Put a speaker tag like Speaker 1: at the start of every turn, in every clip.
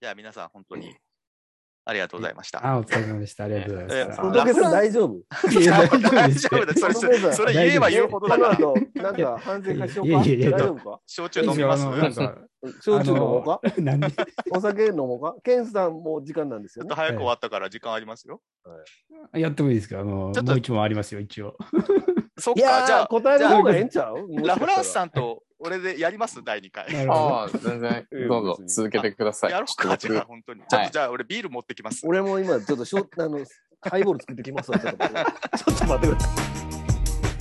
Speaker 1: じゃあ皆さん本当にありがとうございました。
Speaker 2: あ、お疲れ様でした。ありがとうございま
Speaker 1: え
Speaker 2: す
Speaker 1: ー
Speaker 3: おかげさん大丈夫
Speaker 2: いや。大丈夫
Speaker 1: 大
Speaker 2: で
Speaker 1: 丈
Speaker 2: す
Speaker 1: 夫だ。それ、
Speaker 3: そ
Speaker 1: そ
Speaker 3: の方
Speaker 1: れ
Speaker 3: が
Speaker 1: それ言えば言うほどだか、
Speaker 3: からら。なんか反省会しよう
Speaker 2: い
Speaker 3: か
Speaker 2: やいやいや
Speaker 3: 大丈夫か
Speaker 1: 焼酎飲みます
Speaker 2: いいですよあのなんか
Speaker 3: 焼酎飲もうか、
Speaker 2: なんで
Speaker 3: お酒飲もうかケンスさんもう時間なんです
Speaker 1: ちょ
Speaker 3: よ
Speaker 1: っ
Speaker 3: ね
Speaker 1: と。早く終わったから時間ありますよ。
Speaker 2: やってもいいですかあの、もう
Speaker 1: ちょっと
Speaker 2: 一問ありますよ、一 応。
Speaker 1: そっ
Speaker 3: い
Speaker 1: か、じ
Speaker 3: や
Speaker 1: ゃ
Speaker 3: ー、
Speaker 1: あ、
Speaker 3: 答えの方がええんちゃう
Speaker 1: ラフランスさ
Speaker 3: ん。
Speaker 1: んと俺でやります第2回。
Speaker 2: なるほど
Speaker 4: ああ、全 然、どうぞ続けてください。
Speaker 1: やろう
Speaker 4: ちょ
Speaker 1: か、
Speaker 4: っと
Speaker 1: じゃあ
Speaker 4: 僕
Speaker 1: 本当に。ちょっとじゃあ俺ビール持ってきます。
Speaker 3: 俺も今、ちょっとショあの、ハイボール作ってきますわ。ちょっと待ってください。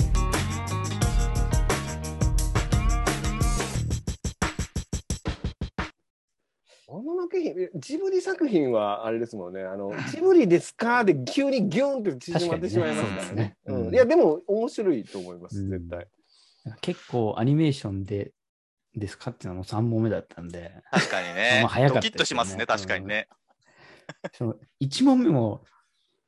Speaker 3: もののけ姫、ジブリ作品はあれですもんね。あの、ジブリですかで急にギュンって縮まってしまいますから
Speaker 2: 確かに
Speaker 3: ね
Speaker 2: ね。そうですねう
Speaker 3: う
Speaker 2: んん
Speaker 3: いや、でも面白いと思います、絶対。
Speaker 2: 結構アニメーションで、ですかっていうのも3問目だったんで、
Speaker 1: 確かにね
Speaker 2: まあ早。か
Speaker 1: ド
Speaker 2: った
Speaker 1: キ
Speaker 2: ですよね
Speaker 1: ッとしますね、確かにね。
Speaker 2: その1問目も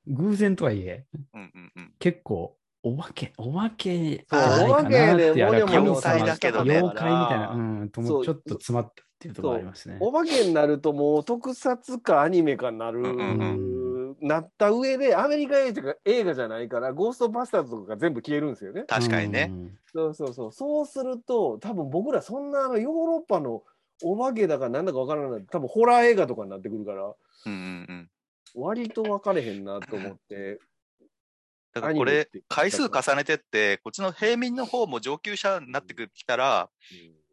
Speaker 2: 偶然とはいえ、
Speaker 1: うんうんうん。
Speaker 2: 結構お化け、お化けじ
Speaker 3: そう
Speaker 2: ゃないかなって
Speaker 3: お化けでもにょもにょ
Speaker 2: 妖怪
Speaker 1: だけどね
Speaker 2: 妖怪みたいな、うん、と
Speaker 3: そ
Speaker 2: も
Speaker 3: う
Speaker 2: ちょっと詰まったっていうところありますね。
Speaker 3: お化けになるともう特撮かアニメかなる、
Speaker 1: うん
Speaker 2: う
Speaker 3: なった上でアメリカ映画映画じゃないからゴーストバスターズとかが全部消えるんですよね。
Speaker 1: 確かにね。
Speaker 3: そうそうそうそうすると多分僕らそんなあのヨーロッパのお化けだかなんだかわからない多分ホラー映画とかになってくるから
Speaker 1: うんうんうん。
Speaker 3: 割と分かれへんなと思って
Speaker 1: だからこれ、回数重ねてって、こっちの平民の方も上級者になってきたら、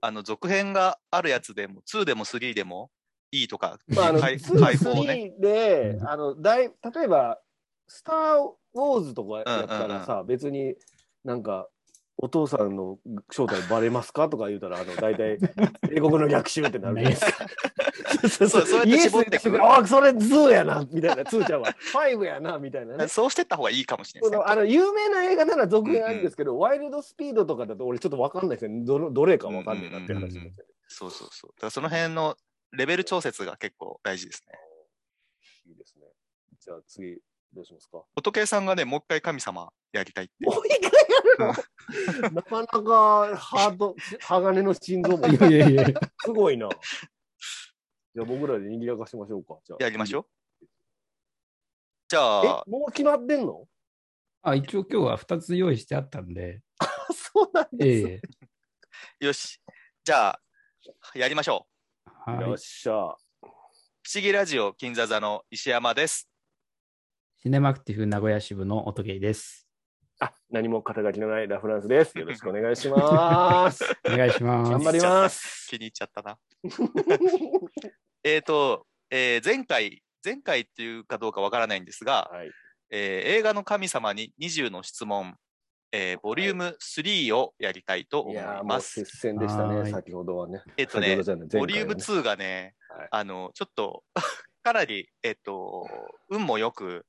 Speaker 1: あの、続編があるやつでも、2でも3でもいいとか、
Speaker 3: まあ、あの、
Speaker 1: 解
Speaker 3: 2、
Speaker 1: 解放ね。
Speaker 3: 3で、
Speaker 2: うん
Speaker 3: あの、だい、例えば、スター・ウォーズとかやったらさ、別になんか、お父さんの正体バレますかとか言うたら、あの、大体、英国の逆襲ってなるじゃないですか。そう
Speaker 1: そうそうやって絞ってくる
Speaker 3: あ、それ2やな、みたいな、2ちゃうわ。5やな、みたいなね。
Speaker 1: そうしてった方がいいかもしれな
Speaker 3: そ
Speaker 1: いですね
Speaker 3: のあの有名な映画なら続編あるんですけど、ワイルドスピードとかだと俺ちょっと分かんないですね。どのどれか分かんないなって話になっちゃう
Speaker 1: そうそうそう。だからその辺のレベル調節が結構大事ですね。
Speaker 3: いいですね。じゃあ次、どうしますか
Speaker 1: 仏さんがね、もう一回神様やりたいって。
Speaker 3: もう一回やるのなかなかハード、鋼の心臓も
Speaker 2: うん いやいやいや
Speaker 3: すごいな。じゃあ僕らで賑やかしましょうか。じゃあ
Speaker 1: やりましょう。じゃあ
Speaker 3: え、、もう決まってんの
Speaker 2: あ一応今日は2つ用意してあったんで、
Speaker 3: そうなん
Speaker 2: え
Speaker 3: です。
Speaker 2: え
Speaker 1: よし。じゃあ、やりましょう。
Speaker 2: は
Speaker 3: よっ
Speaker 2: い。
Speaker 3: しゃ。
Speaker 1: 不思議ラジオ金座座の石山です。
Speaker 2: シネマクティフ名古屋支部の音ゲイです。
Speaker 3: あ、何も肩書きのないラフランスです。よろしくお願いします。
Speaker 2: お願いしま
Speaker 3: 頑
Speaker 2: す
Speaker 3: 張。ります。
Speaker 1: 気に入っちゃったな。 えっ、と、えー前回、前回っていうかどうかわからないんですが、
Speaker 3: はい。
Speaker 1: えー映画の神様に20の質問、えーボリューム3をやりたいと
Speaker 3: い
Speaker 1: 思い
Speaker 3: やーも
Speaker 1: ま
Speaker 3: う
Speaker 1: す。
Speaker 3: 接戦でした
Speaker 2: はー
Speaker 3: ね、
Speaker 2: い
Speaker 3: 先ほどはね。
Speaker 1: えっと
Speaker 3: 先
Speaker 1: ね
Speaker 3: ほど、じゃない
Speaker 1: ボ
Speaker 3: 前回はね
Speaker 1: リューム2がね、
Speaker 3: はい
Speaker 1: あの、ちょっと、 かなり、えっと、運もよく、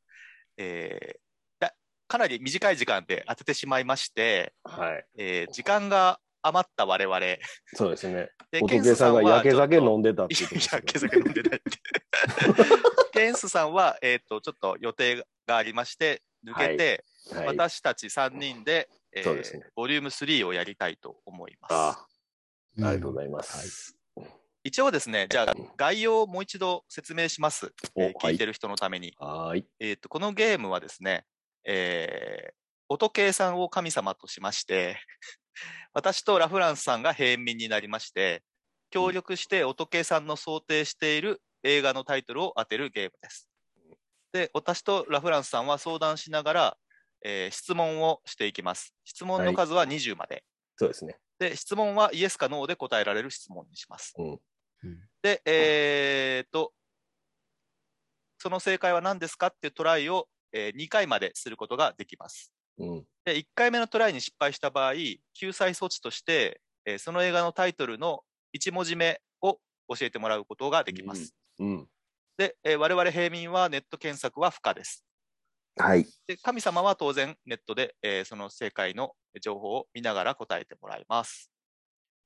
Speaker 1: えーだかなり短い時間で当ててしまいまして、
Speaker 3: はい。
Speaker 1: えー時間が余った我々。で、
Speaker 3: そうですね。
Speaker 1: ケ
Speaker 3: 仏
Speaker 1: ンス
Speaker 3: さんが
Speaker 1: は
Speaker 3: やけ酒
Speaker 1: ちょっと
Speaker 3: 飲んでたって
Speaker 1: い
Speaker 3: 言ってました
Speaker 1: や、
Speaker 3: け
Speaker 1: け
Speaker 3: ど
Speaker 1: 酒飲んでない って。ケンスさんは、えっと、ちょっと予定がありまして、抜けて、
Speaker 3: はい
Speaker 1: 私たち3人で、えー
Speaker 3: そうですね
Speaker 1: ボリューム3をやりたいと思います。
Speaker 3: あ
Speaker 2: うん
Speaker 3: ありがとうございます。
Speaker 1: 一応ですね、じゃあ概要をもう一度説明します。
Speaker 3: お
Speaker 1: えー
Speaker 3: は
Speaker 1: 聞
Speaker 3: い
Speaker 1: いてる人のために。
Speaker 3: はーい。
Speaker 1: えーとこのゲームはですね、えー、音計さんを神様としまして、 私とラフランスさんが平民になりまして、協力して音計さんの想定している映画のタイトルを当てるゲームです。で、私とラフランスさんは相談しながら、えー質問をしていきます。質問の数は20まで。
Speaker 3: そうですね。
Speaker 1: で、質問はイエスかノーで答えられる質問にします。
Speaker 3: うん
Speaker 2: うん
Speaker 1: で、えー、と、その正解は何ですかっていうトライを、え2回まですることができます。
Speaker 3: うん。
Speaker 1: で、1回目のトライに失敗した場合、救済措置として、えーその映画のタイトルの1文字目を教えてもらうことができます。
Speaker 3: うん。
Speaker 1: で、えー我々平民はネット検索は不可です。
Speaker 3: はい。
Speaker 1: で、神様は当然ネットで、えーその正解の情報を見ながら答えてもらいます。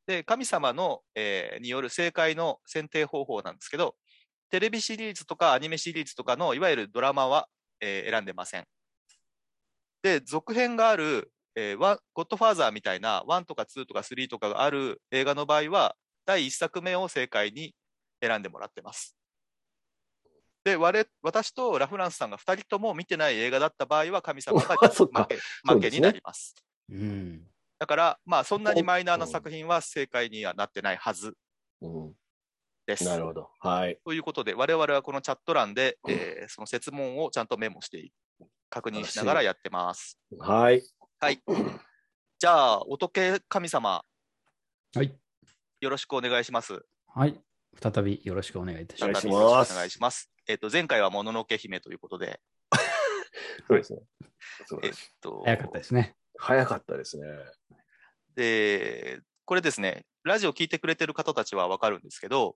Speaker 1: で、神様の、えーによる正解の選定方法なんですけど、テレビシリーズとかアニメシリーズとかのいわゆるドラマは、えー選んでません。で、続編がある、えーワンゴッドファーザーみたいな1とか2とか3とかがある映画の場合は、第1作目を正解に選んでもらってます。で我々私とラフランスさんが2人とも見てない映画だった場合は神様が
Speaker 3: そっか
Speaker 1: 負け負
Speaker 3: そう
Speaker 1: け
Speaker 3: です
Speaker 1: に
Speaker 3: ね
Speaker 1: なります。
Speaker 2: うん。
Speaker 1: だから、まあ、そんなにマイナーな
Speaker 3: うん
Speaker 1: 作品は正解にはなってないはず
Speaker 3: うん、
Speaker 1: です。
Speaker 3: なるほど。はい。
Speaker 1: ということで、我々はこのチャット欄で、えーその設問をちゃんとメモしてい確認しながらやってます。
Speaker 3: はい。
Speaker 1: はい。じゃあ、おとけ神様、
Speaker 2: はい。
Speaker 1: よろしくお願いします。
Speaker 2: はい。再びよろしくお願いいたし
Speaker 3: お願
Speaker 2: ま
Speaker 3: い
Speaker 2: す。
Speaker 3: し
Speaker 1: 再び
Speaker 3: ます
Speaker 1: よろくお願いします。えっ、と、前回はもののけ姫ということで、
Speaker 3: そうですね。そう
Speaker 1: え
Speaker 3: で
Speaker 1: っ
Speaker 3: す
Speaker 1: と、
Speaker 2: 早かったですね。
Speaker 3: 早かったですね。
Speaker 1: で、これですね、ラジオ聞いてくれてる方たちはわかるんですけど、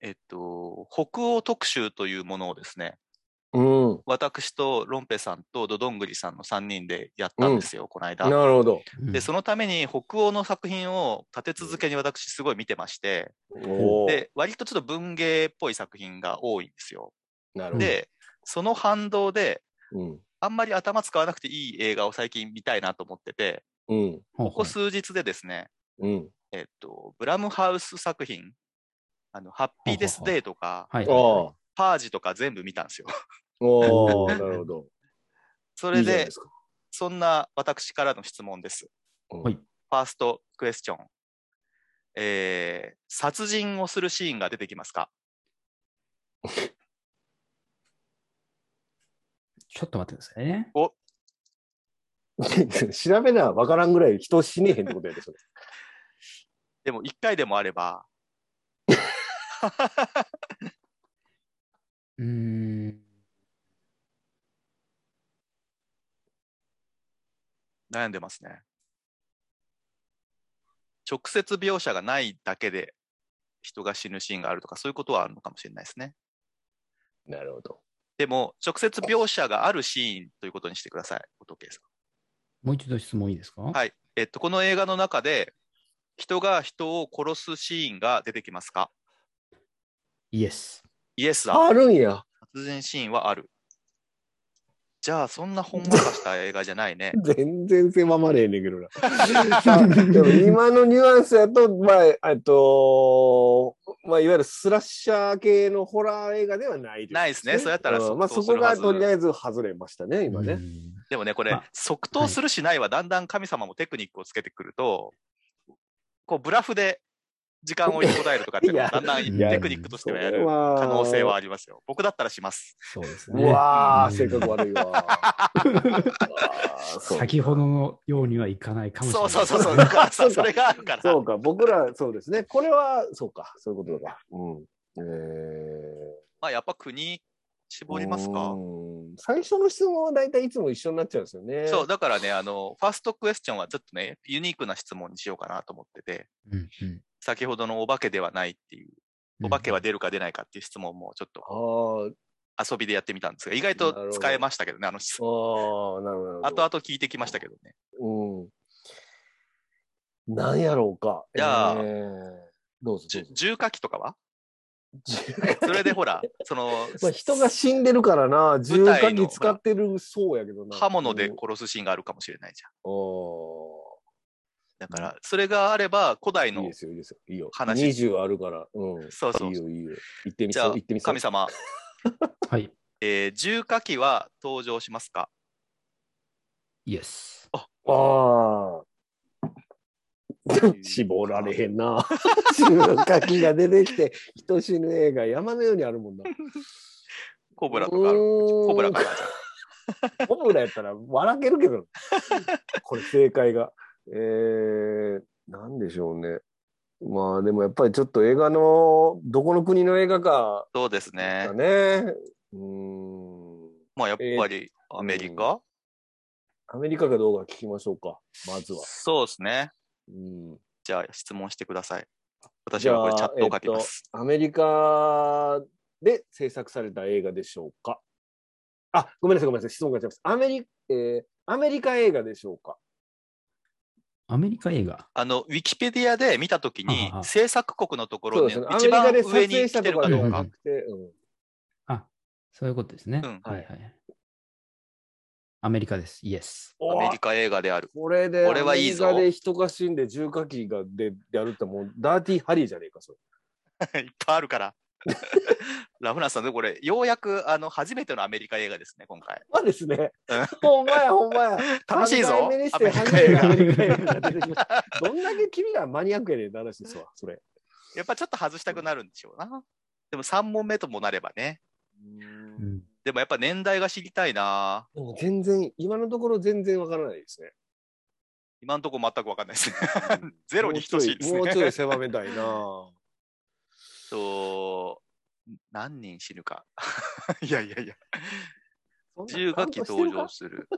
Speaker 1: えっと、北欧特集というものをですね、
Speaker 3: うん。
Speaker 1: 私とロンペさんとドドングリさんの3人でやったんですよ、この間。
Speaker 3: なるほど。
Speaker 2: うん
Speaker 1: で、そのために北欧の作品を立て続けに私すごい見てまして、
Speaker 3: おー
Speaker 1: で、割とちょっと文芸っぽい作品が多いんですよ。
Speaker 3: なるほど。
Speaker 1: で、その反動で、
Speaker 3: うん。
Speaker 1: あんまり頭使わなくていい映画を最近見たいなと思ってて、
Speaker 3: うん。
Speaker 2: ほう
Speaker 1: こ
Speaker 2: ほ
Speaker 1: こ数日でですね、
Speaker 3: うん。
Speaker 1: えっと、ブラムハウス作品、あの、ハッピーデスデーとか、
Speaker 2: うはい。
Speaker 3: ああ。
Speaker 1: パージとか全部見たんですよ。
Speaker 3: おーなるほど。
Speaker 1: そ
Speaker 3: そ
Speaker 1: れで、そんな私からの質問です。
Speaker 2: はい
Speaker 1: ファーストクエスチョン。えー、殺人をするシーンが出てきますか
Speaker 2: ちょっと待ってくださいね。
Speaker 3: 調べな、わからんぐらい人死ねへんってことやで、それ。
Speaker 1: でも、一回でもあれば、
Speaker 2: うーん。
Speaker 1: 悩んでますね。直接描写がないだけで人が死ぬシーンがあるとか、そういうことはあるのかもしれないですね。
Speaker 3: なるほど。
Speaker 1: でも、直接描写があるシーンということにしてください、乙啓さん。
Speaker 2: もう一度質問いいですか
Speaker 1: はいえっと、この映画の中で、人が人を殺すシーンが出てきますか
Speaker 2: イエス。
Speaker 1: イエスだ。
Speaker 3: あるんや。
Speaker 1: 殺人シーンはある。じゃあ、そんなほんわかした映画じゃないね。
Speaker 3: 全然狭まれへんねんけどな。 でも今のニュアンスやと、まあ、えっと、まあ、いわゆるスラッシャー系のホラー映画ではない
Speaker 1: ないですねそうやったら
Speaker 3: うんまあ、
Speaker 1: そう
Speaker 3: そ
Speaker 1: す
Speaker 3: こ
Speaker 1: るは
Speaker 3: が
Speaker 1: ず
Speaker 3: とりあえず外れましたね、今
Speaker 2: う
Speaker 3: ね。
Speaker 2: ん
Speaker 1: でもね、これ、
Speaker 2: まあ
Speaker 1: 即答するしないはだんだん神様もテクニックをつけてくると、こう、ブラフで時間を置いて答えるとかっていうのは、
Speaker 3: いや
Speaker 1: だんだん
Speaker 2: い
Speaker 1: テ
Speaker 2: や
Speaker 1: クニックとし
Speaker 3: そ
Speaker 1: ては
Speaker 3: れ
Speaker 1: やる
Speaker 3: は
Speaker 1: 可能性はありますよ。僕だったらします。
Speaker 2: そうです
Speaker 3: う
Speaker 2: ね。
Speaker 3: わあ、
Speaker 2: うん
Speaker 3: 性格 悪いわ。うわーそう
Speaker 2: 先ほどのようにはいかないかもし
Speaker 1: そう
Speaker 2: れない。
Speaker 1: そうそうそう。だから
Speaker 3: そう
Speaker 1: さ、そ
Speaker 3: か
Speaker 1: れがあるから。
Speaker 3: そうか、僕ら、そうですね。これは、そうか、そういうことだ。うん。えー
Speaker 1: まあ、やっぱ国絞りますか
Speaker 3: う。ん最初の質問は大体いつも一緒になっちゃうんですよね。
Speaker 1: そう、だからね、あの、ファーストクエスチョンはちょっとね、ユニークな質問にしようかなと思ってて、
Speaker 2: うんうん
Speaker 1: 先ほどのお化けではないっていう、
Speaker 2: うん
Speaker 1: お化けは出るか出ないかっていう質問もちょっと
Speaker 3: あー
Speaker 1: 遊びでやってみたんですが、意外と使えましたけどね、あの質問。
Speaker 3: ああ、なるほどなるほど。
Speaker 1: 後々聞いてきましたけどね。
Speaker 3: うん。なんやろうか。
Speaker 1: じゃあ
Speaker 3: えーどうぞ
Speaker 1: じ
Speaker 3: ど
Speaker 1: ゅ
Speaker 3: うぞ。
Speaker 1: 重火器とかは
Speaker 3: 重
Speaker 1: それでほ ら、その、
Speaker 3: まあ、人が死んでるからな、重火器使ってるそうやけどな。
Speaker 1: 刃物で
Speaker 3: うん
Speaker 1: 殺すシーンがあるかもしれないじゃん。
Speaker 3: あ
Speaker 1: だから、それがあれば、古代
Speaker 3: あ。いい
Speaker 1: の
Speaker 3: で、すよ、いいですよ。いいよ。
Speaker 1: 話
Speaker 3: 20あるから。うん。
Speaker 1: そうそう
Speaker 3: いい
Speaker 1: そう。
Speaker 3: よ、いいよ。行ってみ
Speaker 1: じ
Speaker 3: そう
Speaker 1: ゃあ、
Speaker 3: 行ってみそう。
Speaker 1: 神様、
Speaker 2: はい。
Speaker 1: えー重火器は登場しますか
Speaker 2: イエス。
Speaker 3: ああ。 絞られへんな。重火器が出てきて、人死ぬ映画、山のようにあるもんな。
Speaker 1: コブラとかある。コ
Speaker 3: コ
Speaker 1: ブラかなじゃあ
Speaker 3: コブラやったら笑けるけど。これ正解が。えー、なんでしょうね。まあでもやっぱりちょっと映画の、どこの国の映画か、
Speaker 1: そうですね
Speaker 3: だ。ね。うーん。
Speaker 1: まあ、やっぱり、アメリカ
Speaker 3: アメリカかどうか聞きましょうか。まずは。
Speaker 1: そうですね。
Speaker 3: うん、
Speaker 1: じゃあ、質問してください。私はこれ、チャットをかけます。
Speaker 3: アメリカで制作された映画でしょうか。あ、ごめんなさい、ごめんなさい。質問が違います。アメリ、えーアメリカ映画でしょうか。
Speaker 2: アメリカ映画。
Speaker 1: あの、ウィキペディアで見たときに
Speaker 2: あ、あ
Speaker 1: 制作国のとこ
Speaker 3: そ
Speaker 1: ろ
Speaker 3: うで
Speaker 1: に、
Speaker 3: すね。アメ
Speaker 1: 一
Speaker 3: リ
Speaker 1: 番
Speaker 3: カで撮
Speaker 1: 上
Speaker 3: 影
Speaker 1: に
Speaker 3: し
Speaker 1: 来
Speaker 3: た
Speaker 1: てる
Speaker 3: とか
Speaker 1: か
Speaker 3: で
Speaker 1: ど
Speaker 3: は
Speaker 1: う
Speaker 3: な
Speaker 1: か。
Speaker 3: くて、うん
Speaker 2: あ、そういうことですね。
Speaker 1: うん
Speaker 2: はいはい。アメリカです。イエス。
Speaker 1: ア
Speaker 3: お
Speaker 1: メリカ映画である。
Speaker 3: これで、
Speaker 1: これはいいぞ
Speaker 3: アメリカで人が死んで重火器がでやるってもう、ダーティーハリーじゃねえか、それ。
Speaker 1: いっぱいあるから。 ラフナーさんでこれ、ようやくあの初めてのアメリカ映画ですね、今回。
Speaker 3: まあですね
Speaker 1: うん。
Speaker 3: ほんまやほんま や。
Speaker 1: 楽しいぞ
Speaker 3: 三回目にして初めてのアメリカ映画が出てきましたどんだけ君らマニアックやねんって話ですわ、それ。
Speaker 1: やっぱちょっと外したくなるんでしょうな。でも3問目ともなればね。
Speaker 2: うん
Speaker 1: でもやっぱ年代が知りたいな。
Speaker 3: でも全然、今のところ全然わからないですね。
Speaker 1: 今のところ全く分かんないですね。 ゼロに等しいですね。
Speaker 3: もうちょいもうち ょい狭めたいなぁ。
Speaker 1: と、何人死ぬか。 いやいやいや、
Speaker 3: そんな
Speaker 1: 銃楽器登場す る。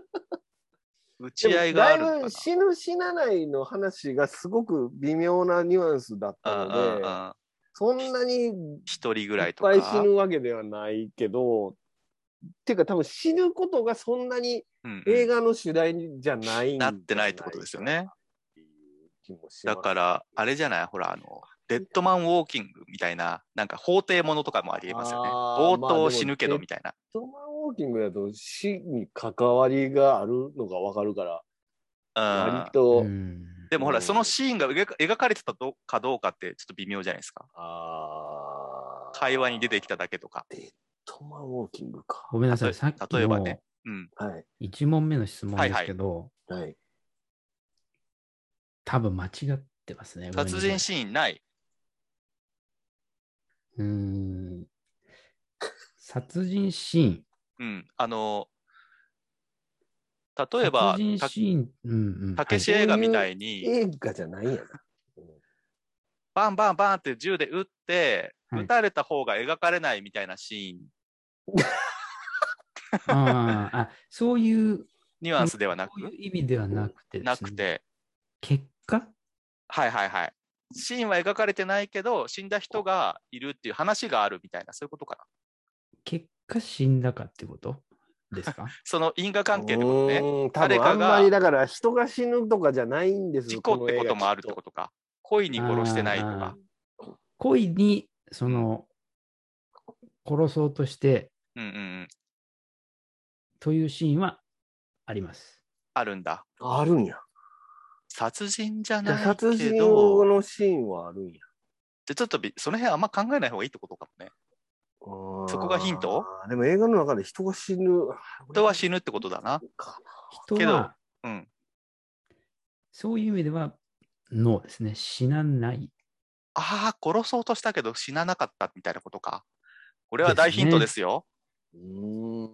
Speaker 1: 打ち合い
Speaker 3: でも
Speaker 1: があ
Speaker 3: だ
Speaker 1: るの
Speaker 3: い
Speaker 1: か
Speaker 3: ぶ死ぬ死なないの話がすごく微妙なニュアンスだった
Speaker 1: なうんう
Speaker 3: の
Speaker 1: ん
Speaker 3: で
Speaker 1: う、ん。
Speaker 3: そんなにい
Speaker 1: 一人ぐら
Speaker 3: っ
Speaker 1: いとか。
Speaker 3: ぱい死ぬわけではないけど、っていうか多分死ぬことがそんなに
Speaker 1: うんうん
Speaker 3: 映画の主題じゃないんじゃ
Speaker 1: なってないってことですよね。
Speaker 3: っていう気もしま
Speaker 1: だ
Speaker 3: す
Speaker 1: から、あれじゃないほら、あの、デッドマンウォーキングみたいな、なんか法廷ものとかもありえますよね。
Speaker 3: あー
Speaker 1: 冒
Speaker 3: まあで
Speaker 1: 頭
Speaker 3: も
Speaker 1: 死ぬけどみたいな。
Speaker 3: デッドマンウォーキングだと死に関わりがあるのがわかるから、
Speaker 1: うん
Speaker 3: 割と、
Speaker 2: うん
Speaker 1: でもほ
Speaker 3: う
Speaker 1: ら、
Speaker 3: ん
Speaker 1: そのシーンが描か描かれてたどかどうかってちょっと微妙じゃないですか。
Speaker 3: あー
Speaker 1: 会話に出てきただけとか。
Speaker 3: デッドマンウォーキングか。
Speaker 2: ごめんなさ
Speaker 1: 例え
Speaker 2: い、さっき
Speaker 1: 例えば
Speaker 2: の
Speaker 1: ねうん。
Speaker 3: はい。
Speaker 2: 1問目の質問ですけど、
Speaker 3: はい。
Speaker 2: 多分間違ってますね。
Speaker 1: 殺人シーンない。
Speaker 2: ーン。うーん。殺人シーン。
Speaker 1: うん。あの、例えば
Speaker 2: 殺、人シーン。うんうん。
Speaker 1: たけし
Speaker 2: はい
Speaker 1: 映画みたいに、
Speaker 3: 映画じゃないんやな。
Speaker 1: バンバンバンって銃で撃って、
Speaker 2: はい
Speaker 1: 撃たれた方が描かれないみたいなシーン、
Speaker 2: あーあ、そういう。
Speaker 1: ニュアンスではなく、
Speaker 2: そういう意味ではなくて、
Speaker 1: なく。て、
Speaker 2: 結果
Speaker 1: はいはいはい。シーンは描かれてないけど、死んだ人がいるっていう話があるみたいな、そういうことかな。
Speaker 2: 結果死んだかってことですか
Speaker 1: その因果関係ってことね。
Speaker 3: ね。多
Speaker 1: 誰
Speaker 3: 分
Speaker 1: かが
Speaker 3: あんまりだから人が死ぬとかじゃないんですよ
Speaker 1: 事故ってこともあるってことか。故意に殺してないと
Speaker 2: あ
Speaker 1: か。
Speaker 2: ー故意に、その、殺そうとして
Speaker 1: うんうんうん。
Speaker 2: というシーンはあります。
Speaker 1: あるんだ。
Speaker 3: の映画きっとあるんや。
Speaker 1: 殺人じゃ
Speaker 3: じゃあ
Speaker 1: ない
Speaker 3: 殺
Speaker 1: け
Speaker 3: 人
Speaker 1: ど、
Speaker 3: のシーンはあるんや。
Speaker 1: でちょっとびその辺あんま考えない方がいいってことかもね。そこがヒント
Speaker 3: あーでも映画の中で人が死ぬ。
Speaker 1: 人は死ぬってことだな。
Speaker 3: か
Speaker 2: 人
Speaker 1: けど
Speaker 2: は、
Speaker 1: うん。
Speaker 2: そういう意味では、ノーですね。死なない。
Speaker 1: ああ、殺そうとしたけど死ななかったみたいなことか。これは大ヒントですよ。
Speaker 3: うーん。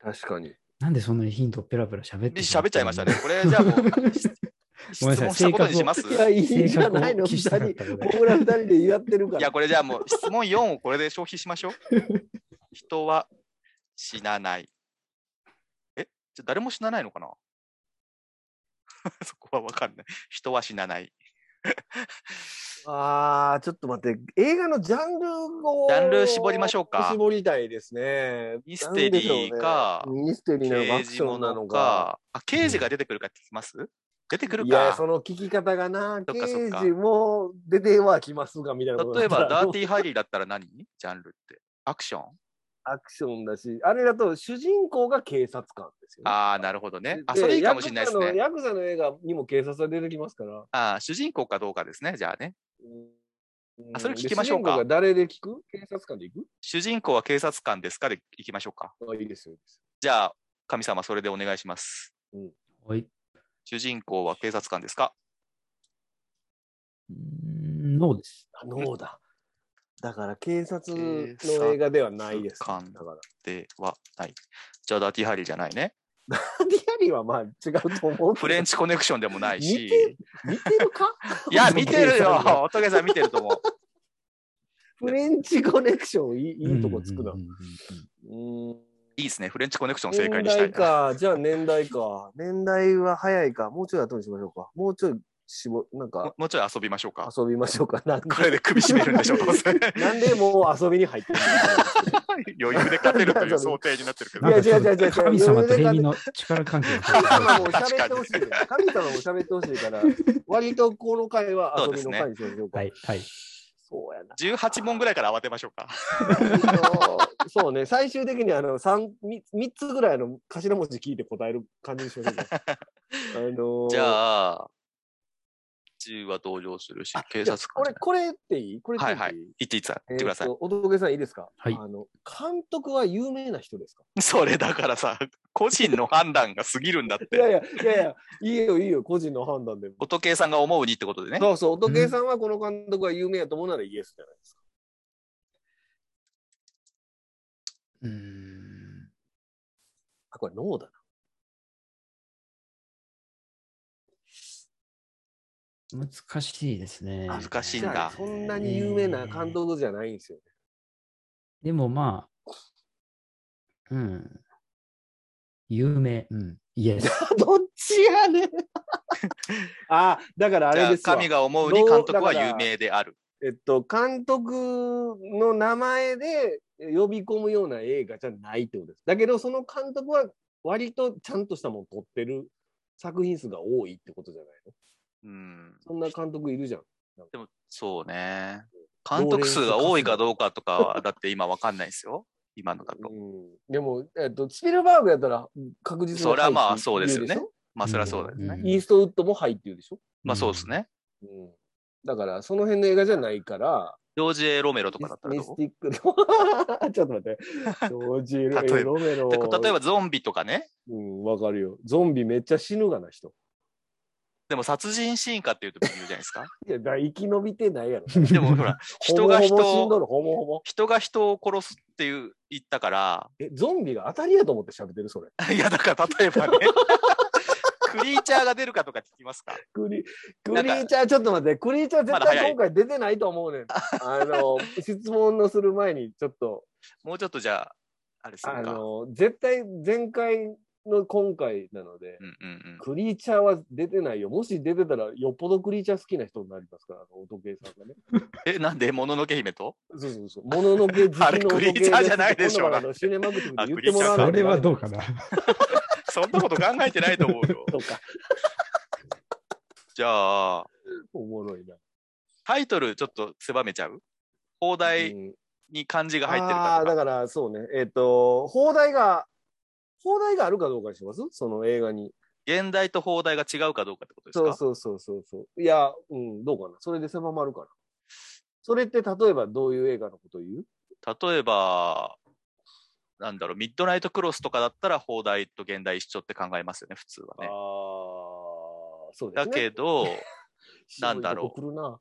Speaker 3: 確かに。
Speaker 2: なんでそんなにヒントをペラペラ喋って
Speaker 1: 喋っちゃいま したね。これ
Speaker 2: し
Speaker 1: じゃ
Speaker 2: ま
Speaker 1: あ
Speaker 2: った
Speaker 1: も
Speaker 2: の。
Speaker 1: う質
Speaker 2: ごめんなさい
Speaker 1: 問したことにします
Speaker 3: いや、いい
Speaker 2: 性
Speaker 3: じゃ
Speaker 2: 格を
Speaker 3: ないの、
Speaker 2: 聞
Speaker 3: 二
Speaker 2: きたかっ
Speaker 3: 人。
Speaker 2: たぐらい
Speaker 3: 僕ら二人でやってるから。
Speaker 1: いや、これじゃあもう質問4をこれで消費しましょう。人は死なない。えじゃあ誰も死なないのかな そこはわかんない。人は死なない。
Speaker 3: ああ、ちょっと待って、映画のジャンルを。
Speaker 1: ジャンル絞りましょうか
Speaker 3: 絞りたいですね。
Speaker 1: ミステリーか
Speaker 3: なんでしょうねミステリーなのか、
Speaker 1: 刑
Speaker 3: アク
Speaker 1: 事
Speaker 3: ショ
Speaker 1: も
Speaker 3: ンな
Speaker 1: の
Speaker 3: のか。
Speaker 1: か。あ、刑事が出てくるかってきます、出てくる
Speaker 3: いや、
Speaker 1: か
Speaker 3: そ。の聞き方がな、
Speaker 1: そっかそっ
Speaker 3: 刑
Speaker 1: か
Speaker 3: 事も出てはきますが、みたいなこと
Speaker 1: 例えば、ダー
Speaker 3: ィ
Speaker 1: ティーハリーだったら何ジャンルって。アクション
Speaker 3: アクションだし、あれだと主人公が警察官ですよね。
Speaker 1: ああ、なるほどね
Speaker 3: で。
Speaker 1: あ、それいいかもしれないですね。
Speaker 3: ヤクザのヤクザの映画にも警察が出てきますから。
Speaker 1: あー主人公かどうかですね、じゃあね。
Speaker 3: うん
Speaker 1: あそれ聞きましょうか
Speaker 3: で主人公が誰で聞く警察官で行
Speaker 1: 主人公は警察官ですかでいきましょうか。
Speaker 3: くあいいですよ。いいです
Speaker 1: じゃあ、神様、それでお願いします。
Speaker 2: おい
Speaker 1: 主人公は警察官ですか
Speaker 2: うーんノーです。
Speaker 3: よあノーだ。だから警察
Speaker 1: 警察
Speaker 3: の映画ではないです、
Speaker 1: 官
Speaker 3: だから。
Speaker 1: ではない。じゃあ、ダーティーハリーじゃないね。
Speaker 3: ディアリーはまあ違うと思うけど。
Speaker 1: フレンチコネクションでもないし
Speaker 3: 似。て似てるか
Speaker 1: いや、見てる
Speaker 3: お父さん
Speaker 1: よ
Speaker 3: が。
Speaker 1: 仏さん見てると思う。
Speaker 3: フレンチコネクションいいいいとこつくな。
Speaker 2: うんうんうん
Speaker 3: うん
Speaker 1: いいですね。フレンチコネクション正
Speaker 3: 年
Speaker 1: 解にしたい
Speaker 3: 代
Speaker 1: な。
Speaker 3: か。じゃあ年代か。年代は早いか。もうちょい後にしましょうか。もうちょいしぼ、なん
Speaker 1: も
Speaker 3: か
Speaker 1: もうちょい遊びましょうか。
Speaker 3: 遊びましょうか。なん
Speaker 1: こ
Speaker 3: か
Speaker 1: れで首絞めるんでしょ、 どうせ。
Speaker 3: なんでもう遊びに入ってる
Speaker 1: 余裕で勝てるという想定になってるけど
Speaker 2: なん。かちょっと
Speaker 3: 違う違う違う違う
Speaker 2: 神様と蛇の力関係
Speaker 3: 神
Speaker 2: が。
Speaker 3: 様も喋ってほしいから。神様も喋ってほしい から、割とこの回は遊びの回にしましょうか。
Speaker 2: はい、はい。
Speaker 3: そうやな。
Speaker 1: 18問ぐらいから慌てましょうか。
Speaker 3: あのそうね、最終的にあの 3, 三三つぐらいの頭 文字聞いて答える感じにしましょうか。あのー
Speaker 1: じゃあ、ちは同情するし
Speaker 3: あ、
Speaker 1: 警察官じ
Speaker 3: 俺、
Speaker 1: ゃない。
Speaker 3: これっていいこれっていい、
Speaker 1: はいはい言っていいさん、
Speaker 3: え
Speaker 1: 言って
Speaker 3: ーと
Speaker 1: ください。
Speaker 3: 乙さんいいですか
Speaker 2: はい
Speaker 3: あの、監督は有名な人ですか
Speaker 1: それだからさ、個人の判断が過ぎるんだっ
Speaker 3: いや
Speaker 1: て。
Speaker 3: いや、いやいや、いいよいいよ、個人の判断でも。
Speaker 1: 音計さんが思うにってことでね。
Speaker 3: そうそう、乙計さんはこの監督は有名やと思うならイエスじゃないですか。
Speaker 2: うーん。
Speaker 3: あ、これノーだな。
Speaker 2: 難しいですね。
Speaker 1: 難しいん
Speaker 3: じゃあ
Speaker 1: だ。
Speaker 3: そんなに有名な監督じゃないんですよね。
Speaker 2: でもまあ、うん。有名。うん。イエス。
Speaker 3: どっち やねんあ、だからあ
Speaker 1: じゃ
Speaker 3: れ
Speaker 1: あ
Speaker 3: ですわ
Speaker 1: 神が思うに監督は有名である。
Speaker 3: えっと、監督の名前で呼び込むような映画じゃないってことです。だけど、その監督は割とちゃんとしたもの撮ってる作品数が多いってことじゃないの
Speaker 1: うん。
Speaker 3: そんな監督いるじゃん。
Speaker 1: でも、そうね。監督数が多いかどうかとかは、だって今わかんないですよ。今のだと。
Speaker 3: うん、でも、えっと、スピルバーグやったら確実に。
Speaker 1: それはまあそうですよね
Speaker 3: 言う
Speaker 1: まあ、それはそうだよね。
Speaker 2: うん
Speaker 3: でしょイーストウッドも入って言うでしょ、
Speaker 1: まあ、そうですね。
Speaker 3: うん、だから、その辺の映画じゃないから、
Speaker 1: ジョージ・エロメロとかだったら
Speaker 3: ミ
Speaker 1: ど
Speaker 3: ス
Speaker 1: う
Speaker 3: ティックの ちょっと待って。ジョージ・
Speaker 1: 例
Speaker 3: エ
Speaker 1: えば
Speaker 3: ロメロ。
Speaker 1: で例えばゾンビとかね、
Speaker 3: うん、わかるよ。ゾンビめっちゃ死ぬがな人。
Speaker 1: でも殺人シーンかっていうと微妙じゃないですか。
Speaker 3: いや、だから生き延びてないやろ。
Speaker 1: でもほ ら、人が人
Speaker 3: ほぼほぼ死んど
Speaker 1: を、
Speaker 3: る、ほぼほぼ。
Speaker 1: 人が人を殺すっていう言ったから、
Speaker 3: え、ゾンビが当たりやと思って喋ってる、それ。
Speaker 1: いやだから例えばね、クリーチャーが出るかとか聞きますか。
Speaker 3: クリクリ
Speaker 1: なんか
Speaker 3: ーチャー、ちょっと待って、クリーチャー
Speaker 1: ま
Speaker 3: 絶
Speaker 1: だ早
Speaker 3: 対
Speaker 1: い
Speaker 3: 今回出てないと思うねん。あの、質問のする前に、ちょっと、
Speaker 1: もうちょっとじゃあ、あれする
Speaker 3: あ
Speaker 1: か。
Speaker 3: の、絶対前回の今回なので
Speaker 1: う、んうん
Speaker 3: クリーチャーは出てないよ。もし出てたら、よっぽどクリーチャー好きな人になりますから、あの、時計さんがね。
Speaker 1: うん、え、なんで、もののけ姫と
Speaker 3: そうそうそう。もののけ好きの
Speaker 1: あれクリーチャーじゃないでしょ
Speaker 3: 男が今度からのシネマグティブで言ってもらわない
Speaker 2: そ
Speaker 3: と
Speaker 2: れはどうかな。
Speaker 1: そんなこと考えてないと思う よ。
Speaker 3: そうか。
Speaker 1: じゃあ、
Speaker 3: おもろいな。
Speaker 1: タイトルちょっと狭めちゃう放題
Speaker 3: うん
Speaker 1: に漢字が入ってる
Speaker 3: あ
Speaker 1: か
Speaker 3: あー、
Speaker 1: とか。
Speaker 3: だからそうね。えっ、と、放題が、放題があるかどうかにしますその映画に。
Speaker 1: 現代と放題が違うかどうかってことですか
Speaker 3: そうそうそうそうそう。いや、うん、どうかな。それで狭まるから。それって例えばどういう映画のことを言う
Speaker 1: 例えば、なんだろう、ミッドナイトクロスとかだったら、放題と現代一緒って考えますよね、普通は
Speaker 3: あ
Speaker 1: ね。
Speaker 3: あ、そうで
Speaker 1: だ
Speaker 3: すね。
Speaker 1: け ど、なんだろう
Speaker 3: う。来るな。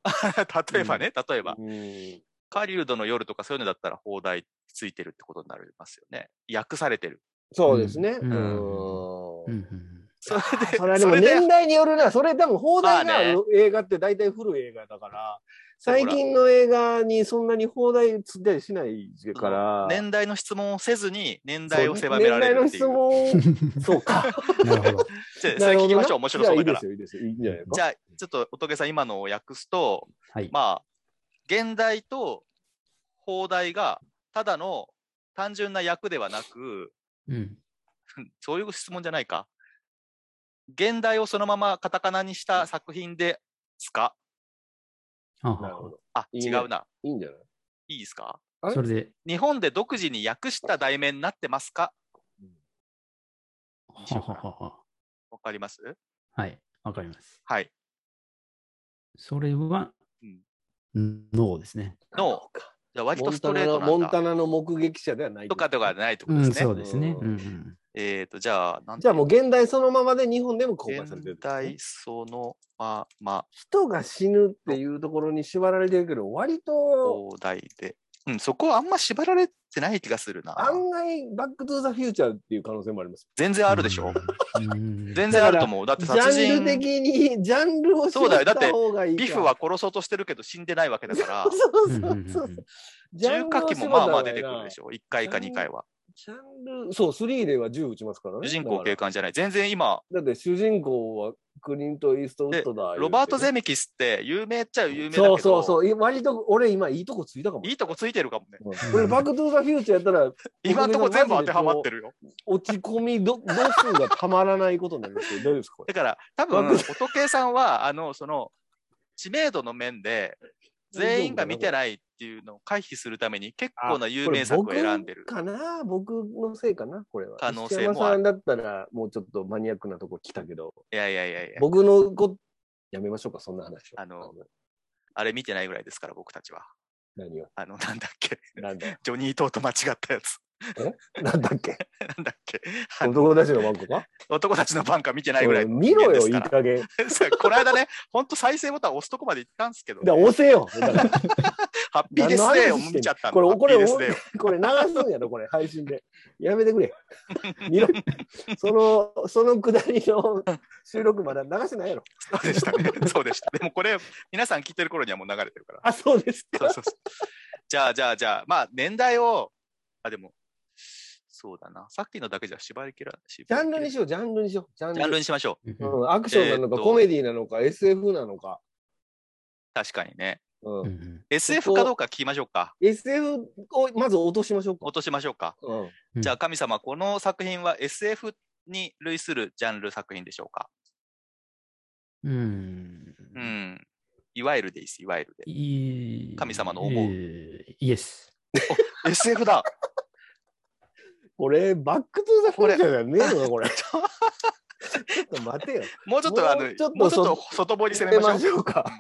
Speaker 1: 例えばね、例えば、
Speaker 3: うん。
Speaker 1: 狩人の夜とかそういうのだったら、放題ついてるってことになりますよね。訳されてる。
Speaker 3: そうですね。う
Speaker 2: うんう
Speaker 3: ん。
Speaker 2: んうん
Speaker 1: それで、
Speaker 3: それはでも
Speaker 1: それで
Speaker 3: 年代によるな。それ多分放題があ
Speaker 1: ま
Speaker 3: る映画って大体古い映画だから、最
Speaker 1: ほら
Speaker 3: 近の映画にそんなに放題つったりしないから。
Speaker 1: 年代の質問をせずに、年代を狭められるっていう。
Speaker 3: そう年代の質問、そうか。
Speaker 2: なるほど。
Speaker 1: じゃ あそれ聞きましょう、面白
Speaker 3: なるほどな
Speaker 1: そうだから。
Speaker 3: じゃあいいですよ、いいですよ。いいんじゃないですか。
Speaker 1: じゃあ、ちょっと、仏さん、今のを訳すと、
Speaker 2: はい。
Speaker 1: まあ、現代と放題がただの単純な訳ではなく、
Speaker 2: うん。
Speaker 1: そういう質問じゃないか。現代をそのままカタカナにした作品ですか
Speaker 2: あ
Speaker 3: なるほど。
Speaker 1: あ、
Speaker 3: いい
Speaker 1: 違
Speaker 3: ね
Speaker 1: うな。
Speaker 3: いいんじゃない
Speaker 1: いいですか
Speaker 3: あれ
Speaker 2: それで、
Speaker 1: 日本で独自に訳した題名になってますか
Speaker 2: はははは。
Speaker 1: わかります
Speaker 2: はい。わかります。
Speaker 1: はい。
Speaker 2: それは
Speaker 1: うん、
Speaker 2: ノーですね。
Speaker 1: の
Speaker 3: なるほど
Speaker 1: じゃあ割
Speaker 3: モ
Speaker 1: と
Speaker 3: ン
Speaker 1: ス
Speaker 3: タ
Speaker 1: トレ
Speaker 3: ナ
Speaker 1: ート
Speaker 3: の、モン
Speaker 1: な
Speaker 3: タ
Speaker 1: んだ。
Speaker 3: ナの目撃者ではない。
Speaker 1: とかとかじゃないってこと
Speaker 2: う
Speaker 1: です
Speaker 2: ん、
Speaker 1: ね。
Speaker 2: そうですね。う
Speaker 3: う
Speaker 2: んんうん。
Speaker 1: えっ、と、じゃあ、なん
Speaker 3: じゃあもう現代そのままで日本でも公開されて
Speaker 1: 現
Speaker 3: るんですね、
Speaker 1: 代そのまま
Speaker 3: 人が死ぬっていうところに縛られてるけど、割と
Speaker 1: 放題で。うん、そこはあんま縛られてない気がするな。
Speaker 3: 案外バックトゥーザフューチャーっていう可能性もあります。
Speaker 1: 全然あるでしょ
Speaker 2: うん
Speaker 1: 全然あると思う。だって
Speaker 3: ジ
Speaker 1: 殺
Speaker 3: ャ
Speaker 1: 人、
Speaker 3: ンル的に、ジャンルを
Speaker 1: そうだよだって
Speaker 3: 絞った方がいいか
Speaker 1: ビフは殺そうとしてるけど死んでないわけだから
Speaker 3: そう、そう
Speaker 2: う
Speaker 3: そ
Speaker 2: んうん。
Speaker 3: うそううんジャ
Speaker 1: 重
Speaker 3: ンル
Speaker 1: 火
Speaker 3: を
Speaker 1: 器
Speaker 3: 絞
Speaker 1: も
Speaker 3: っ
Speaker 1: まあまあ
Speaker 3: た方がい
Speaker 1: 出て
Speaker 3: いな
Speaker 1: くるでしょ。1回か2回は。
Speaker 3: ジャンル、そう、3では銃撃ちますからね。
Speaker 1: 主人公警
Speaker 3: だか
Speaker 1: 官じゃない。全然今、
Speaker 3: ら。だって主人公はクリント・イーストウッドだ。
Speaker 1: ロバート・ゼ
Speaker 3: ミ
Speaker 1: メキスって有名っちゃ有名だけど、
Speaker 3: そうそうそう。い割と俺今いいとこついたかも。
Speaker 1: いいとこついてるかもね。
Speaker 3: うんこれバック・トゥ・ザ・フューチャーやったら
Speaker 1: 今んとこ全部当てはまってるよ。
Speaker 3: 落ち込みど度数がたまらないことになりますけど、大丈夫ですかこ
Speaker 1: だ
Speaker 3: れ。
Speaker 1: から、多
Speaker 3: バ
Speaker 1: 分、
Speaker 3: グ
Speaker 1: 仏さんは、あの、その、知名度の面で、全員が見てないっていうのを回避するために、結構な有名作を選んでる。
Speaker 3: これ僕かな僕のせいかなこれは。
Speaker 1: 可能性もある
Speaker 3: 石山さんだったらもうちょっとマニアックなとこ来たけど、
Speaker 1: いやいやいやいや。
Speaker 3: 僕のこやめましょうか、そんな話は
Speaker 1: あの、あれ見てないぐらいですから、僕たちは。
Speaker 3: 何を。
Speaker 1: あの、なんだっけ。
Speaker 3: なん だ
Speaker 1: ジョニー・トーと間違ったやつ。
Speaker 3: なんだっけ
Speaker 1: なんだっけ。あの
Speaker 3: 男たちのワンコか
Speaker 1: 男たちの番か見てないぐらい
Speaker 3: おい
Speaker 1: の
Speaker 3: 見ろよ、
Speaker 1: 人
Speaker 3: いい
Speaker 1: 間ですか
Speaker 3: 加減。
Speaker 1: ら。そう この間ね、ほんと再生ボタン押すとこまで行ったんですけど、
Speaker 3: だ押 せよ。だから
Speaker 1: ハッピーデスデーを
Speaker 3: 何の話してんの
Speaker 1: 見ちゃったの。
Speaker 3: これ
Speaker 1: ハッピーデス
Speaker 3: これ
Speaker 1: デーを
Speaker 3: これ流すんやろ、これ、配信で。やめ てくれ。見ろ。その、そのくだりの収録まだ流してないやろ。
Speaker 1: そうでしたね。 そうでした。でもこれ、皆さん聞いてる頃にはもう流れてる から。
Speaker 3: あ、そうですか。
Speaker 1: そうそうそう。じゃあ、じゃあ、じゃあ、まあ、年代を、あ、でも、そうだな。さっきのだけじゃ縛りきら、ジ
Speaker 3: ジャンルにしよう、ジャンルにしよう。ジャン
Speaker 1: ジ
Speaker 3: ル
Speaker 1: ャンルにしましょう。
Speaker 2: うんうん
Speaker 3: うん、アクションなのか、
Speaker 1: えーっと
Speaker 3: コメディなのか、SF なのか。
Speaker 1: 確かにね。
Speaker 3: うん
Speaker 2: うんうん
Speaker 1: SF かどうか聞きましょうか。
Speaker 3: SF をまず落としましょうか。
Speaker 1: 落としましょうか。
Speaker 3: うん、
Speaker 2: うん
Speaker 1: じゃあ、神様、この作品は SF に類するジャンル作品でしょうか。
Speaker 2: うん
Speaker 1: うん。いわゆるでいいです、いわゆるで。
Speaker 2: いい
Speaker 1: 神様の思う
Speaker 2: えーイエス。
Speaker 1: SF だ
Speaker 3: これ、バックトゥーザフォレじゃねえの か、これ。ちょっと待てよ。
Speaker 1: もうちょっ
Speaker 3: も
Speaker 1: と、
Speaker 3: う
Speaker 1: あの、もう
Speaker 3: ち
Speaker 1: ち
Speaker 3: ょ
Speaker 1: ょ
Speaker 3: っ
Speaker 1: っ
Speaker 3: と
Speaker 1: と外堀攻めましょう。
Speaker 3: しょうか。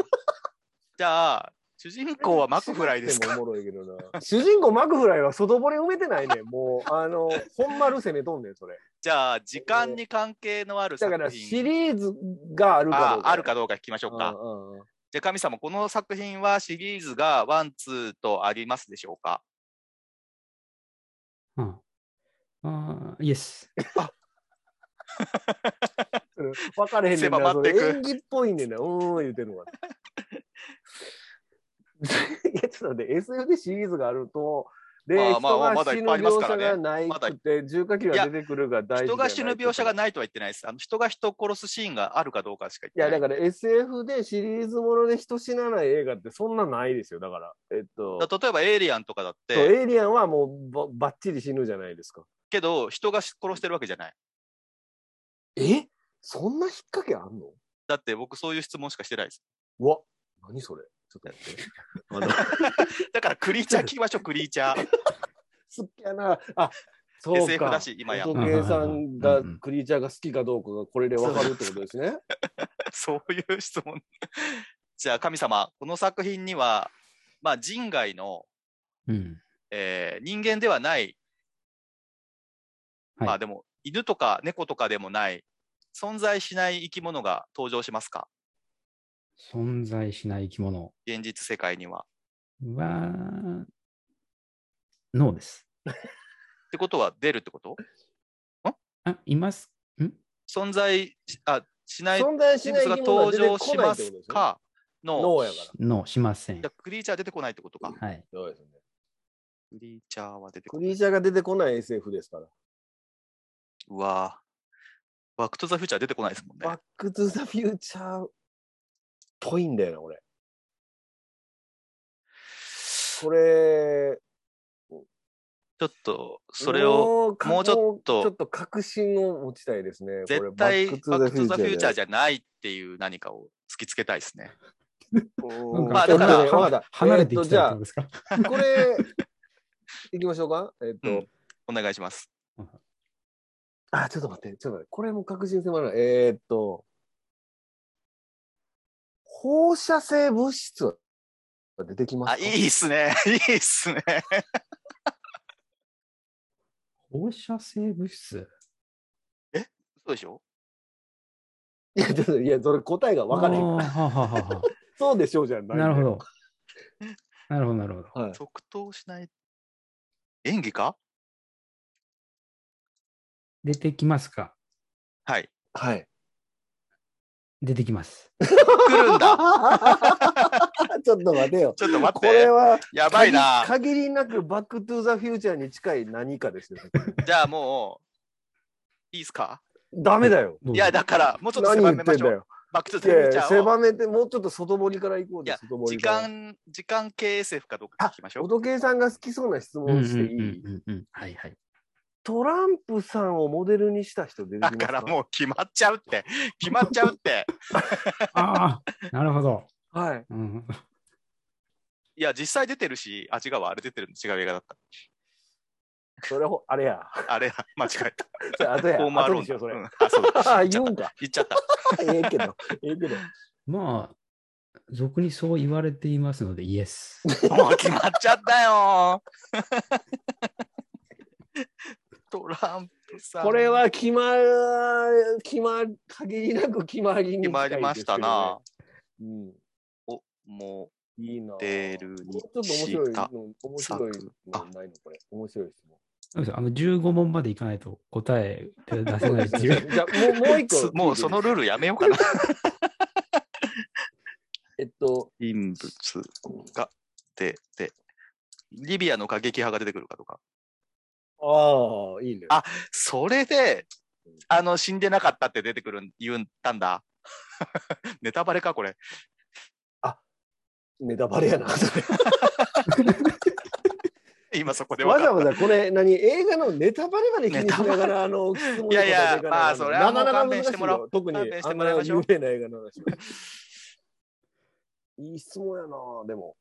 Speaker 1: じゃあ、主人公はマクフライですか
Speaker 3: もおもろいけどな。主人公マクフライは外堀埋めてないね。もう、あの、本丸攻めとんねん、それ。
Speaker 1: じゃあ、時間に関係のある
Speaker 3: だ
Speaker 1: 作
Speaker 3: から、シ
Speaker 1: 品
Speaker 3: リーズがあるか
Speaker 1: あ
Speaker 3: どうか。
Speaker 1: あるかどうか聞きましょうか。
Speaker 3: うんうんうん
Speaker 1: じゃあ、神様、この作品はシリーズがワン、ツーとありますでしょうか
Speaker 2: うんあーイエス。
Speaker 3: うん分かれへんねん
Speaker 1: 狭
Speaker 3: な。そ
Speaker 1: まって
Speaker 3: れ
Speaker 1: く
Speaker 3: 演技っぽいねんな。うーん、言うてるのが。 いや、ちょっと待って、SF でシリーズがあると、で、
Speaker 1: まあまあ
Speaker 3: 人
Speaker 1: ま
Speaker 3: が
Speaker 1: だい
Speaker 3: 死
Speaker 1: っ
Speaker 3: ぬ
Speaker 1: ぱいあります
Speaker 3: 描
Speaker 1: から
Speaker 3: 写
Speaker 1: ね
Speaker 3: がない
Speaker 1: まだ
Speaker 3: くて、重火器が出てくるが大事
Speaker 1: 人が死ぬ描写が
Speaker 3: い。
Speaker 1: ないとは言ってないです。あの人が人を殺すシーンがあるかどうかしか
Speaker 3: いや、
Speaker 1: 言ってな
Speaker 3: だ
Speaker 1: い。
Speaker 3: から SF でシリーズもので人死なない映画ってそんなないですよ。だから、えっと、
Speaker 1: だから例えば、エイリアンとかだっ
Speaker 3: そう
Speaker 1: て、
Speaker 3: エイリアンはもうばばっちり死ぬじゃないですか。
Speaker 1: けど、人が殺してるわけじゃない。
Speaker 3: えそんな引っ掛けあんの
Speaker 1: だって、僕、そういう質問しかしてないです。
Speaker 3: うわ、何それちょっと待って。あの
Speaker 1: だから、クリーチャー聞きましょう、クリーチャ ー。
Speaker 3: 好きやな。あ、そうか。
Speaker 1: SF だし今や
Speaker 3: 乙女さんが
Speaker 2: うんうんうん
Speaker 3: クリーチャーが好きかどうかがこれでわかるってことで すね。
Speaker 1: そういう質問。じゃあ、神様、この作品には、まあ、人外の、
Speaker 2: うん。
Speaker 1: えー人間ではない、
Speaker 2: はい
Speaker 1: まあでも、犬とか猫とかでもない、存在しない生き物が登場しますか
Speaker 2: 存在しない生き物
Speaker 1: 現実世界には。
Speaker 2: は、ノーです。
Speaker 1: ってことは出るってこと
Speaker 2: あ、います。ん
Speaker 1: 存在しあしない
Speaker 3: 存在し
Speaker 1: 人物が
Speaker 3: ない生き物は出
Speaker 1: 登
Speaker 3: てこ
Speaker 1: 場し
Speaker 3: ない
Speaker 1: ま
Speaker 3: ってこ
Speaker 1: す
Speaker 3: とですね。
Speaker 1: かの、
Speaker 3: 脳やから。
Speaker 2: ノー、しません
Speaker 1: じゃ。あクリーチャー出てこないってことか。ク
Speaker 2: はい。
Speaker 3: そうですね。
Speaker 1: リーチャーは出てこ
Speaker 3: ク
Speaker 1: ない。
Speaker 3: リーチャーが出てこない SF ですから。
Speaker 1: うわぁ。バックトゥザフューチャー出てこないですもん
Speaker 3: バ
Speaker 1: ね
Speaker 3: ッ。クトゥザフューチャーっぽいんだよな、これ。これ、
Speaker 1: ちょっと、それを
Speaker 3: もうか
Speaker 1: もうちょっと
Speaker 3: もうちょっと確信を持ちたいですね。これ
Speaker 1: 絶対バックトゥザフューチャー
Speaker 3: じ
Speaker 1: じゃないっていう何かを突きつけたいですね。
Speaker 3: ゃ
Speaker 2: なん
Speaker 1: まあだから
Speaker 2: ちょっと
Speaker 3: まだ
Speaker 2: 離れてい
Speaker 3: え
Speaker 2: き
Speaker 3: ーとじ
Speaker 2: たいってこ
Speaker 3: ゃあ
Speaker 2: と、ですか
Speaker 3: これ、いきましょうか。えっと、
Speaker 1: うんお願いします。
Speaker 3: あ、ちょっと待って、ちょっと待って、これも確信性もあるな。えー、っと、放射性物質は出てきます
Speaker 1: あ、
Speaker 3: か
Speaker 1: いいっすね。 いいっすね。
Speaker 2: 放射性物質。
Speaker 1: そうでしょ
Speaker 3: いや、ちょっと、いや、それ答えが分かれへ
Speaker 2: あー
Speaker 3: ん。
Speaker 2: はあはあはあは
Speaker 3: そうでしょうじゃな
Speaker 2: あ
Speaker 3: い。
Speaker 2: なるほ。ど。なるほど、なるほど。
Speaker 3: はい。
Speaker 1: 即答しない。演技か
Speaker 2: 出てきますか
Speaker 1: はい。
Speaker 3: はい。
Speaker 2: 出てきます。
Speaker 1: 来るんだ。
Speaker 3: ちょっと待てよ。
Speaker 1: ちょっと待っ
Speaker 3: これ
Speaker 1: て。
Speaker 3: は、
Speaker 1: やばいな。
Speaker 3: 限りなくバックトゥザフューチャーに近い何かですよ。
Speaker 1: じゃあもう、いいっすか
Speaker 3: ダメだよ。
Speaker 2: どうぞ
Speaker 1: いや、だから、もうちょっと
Speaker 3: 何
Speaker 1: 狭
Speaker 3: 言
Speaker 1: め
Speaker 3: って
Speaker 1: ま
Speaker 3: ん
Speaker 1: しょ
Speaker 3: だ
Speaker 1: う。
Speaker 3: よ。
Speaker 1: バックトゥ
Speaker 3: い
Speaker 1: ザフ
Speaker 3: や
Speaker 1: ュ
Speaker 3: い
Speaker 1: ーチ
Speaker 3: や、
Speaker 1: ャーを
Speaker 3: 狭めて、もうちょっと外堀から行こう
Speaker 1: い
Speaker 3: で
Speaker 1: や、
Speaker 3: 外
Speaker 1: 時
Speaker 3: 堀から。
Speaker 1: 間、時間系 SF かどうか聞きましょ
Speaker 3: お
Speaker 1: う。
Speaker 3: どけさんが好きそうな質問をしていい、
Speaker 2: うんうんうんうんうんはいはい。
Speaker 3: トランプさんをモデルにした人出てきま
Speaker 1: だ
Speaker 3: す
Speaker 1: からもう決まっちゃうって。決まっちゃうって。
Speaker 2: ああ、なるほど。
Speaker 3: う。はい。
Speaker 2: うん、
Speaker 1: いや、実際出てるし、あ、違うわ。あれ出てるの違う映画だっ
Speaker 3: それを、あれや。
Speaker 1: た。あれ、間違えた。
Speaker 3: それ後や。
Speaker 1: ホームアロー
Speaker 3: 後
Speaker 1: ン
Speaker 3: でし
Speaker 1: だ。
Speaker 3: よう、それ。
Speaker 1: う んあ、そうだ。
Speaker 3: あ、言うんか。
Speaker 1: 言っちゃった。
Speaker 3: ええけど。ええけど。
Speaker 2: まあ、俗にそう言われていますので、イエス。
Speaker 1: もう決まっちゃったよ。 トランプさん。
Speaker 3: これは決まる、決まる、限りなく決まりに
Speaker 1: 決まりましたな。
Speaker 3: 近いですけどね。
Speaker 1: お、も
Speaker 3: うん。いいなぁ。
Speaker 1: う出る
Speaker 3: もうちょっと面
Speaker 1: 日
Speaker 3: 白い
Speaker 1: が。
Speaker 3: の、面白いのないのこれ。面白い質 問。
Speaker 2: そうですあの15問までいかないと答え出せないって いう。
Speaker 3: じゃあもうもう一個。
Speaker 1: もうそのルールやめようかな。
Speaker 3: えっと、
Speaker 1: 人物が出て、リビアの過激派が出てくるかとか。
Speaker 3: ああ、いいね。
Speaker 1: あそれで、あの、死んでなかったって出てくるん、言ったんだ。 ネタバレか、これ。
Speaker 3: ネタバレやな。
Speaker 1: 今そこで
Speaker 3: わ
Speaker 1: 分か
Speaker 3: ざ
Speaker 1: っ
Speaker 3: わざこれ、何、映画のネタバレまで気にしながら、あの、
Speaker 1: いやいやまあそれはもう勘弁してもらお
Speaker 3: う。特に、あ
Speaker 1: 勘
Speaker 3: ん
Speaker 1: 弁してもらい
Speaker 3: な
Speaker 1: ましょう
Speaker 3: 有名な映画の話は。いい質問やな、でも。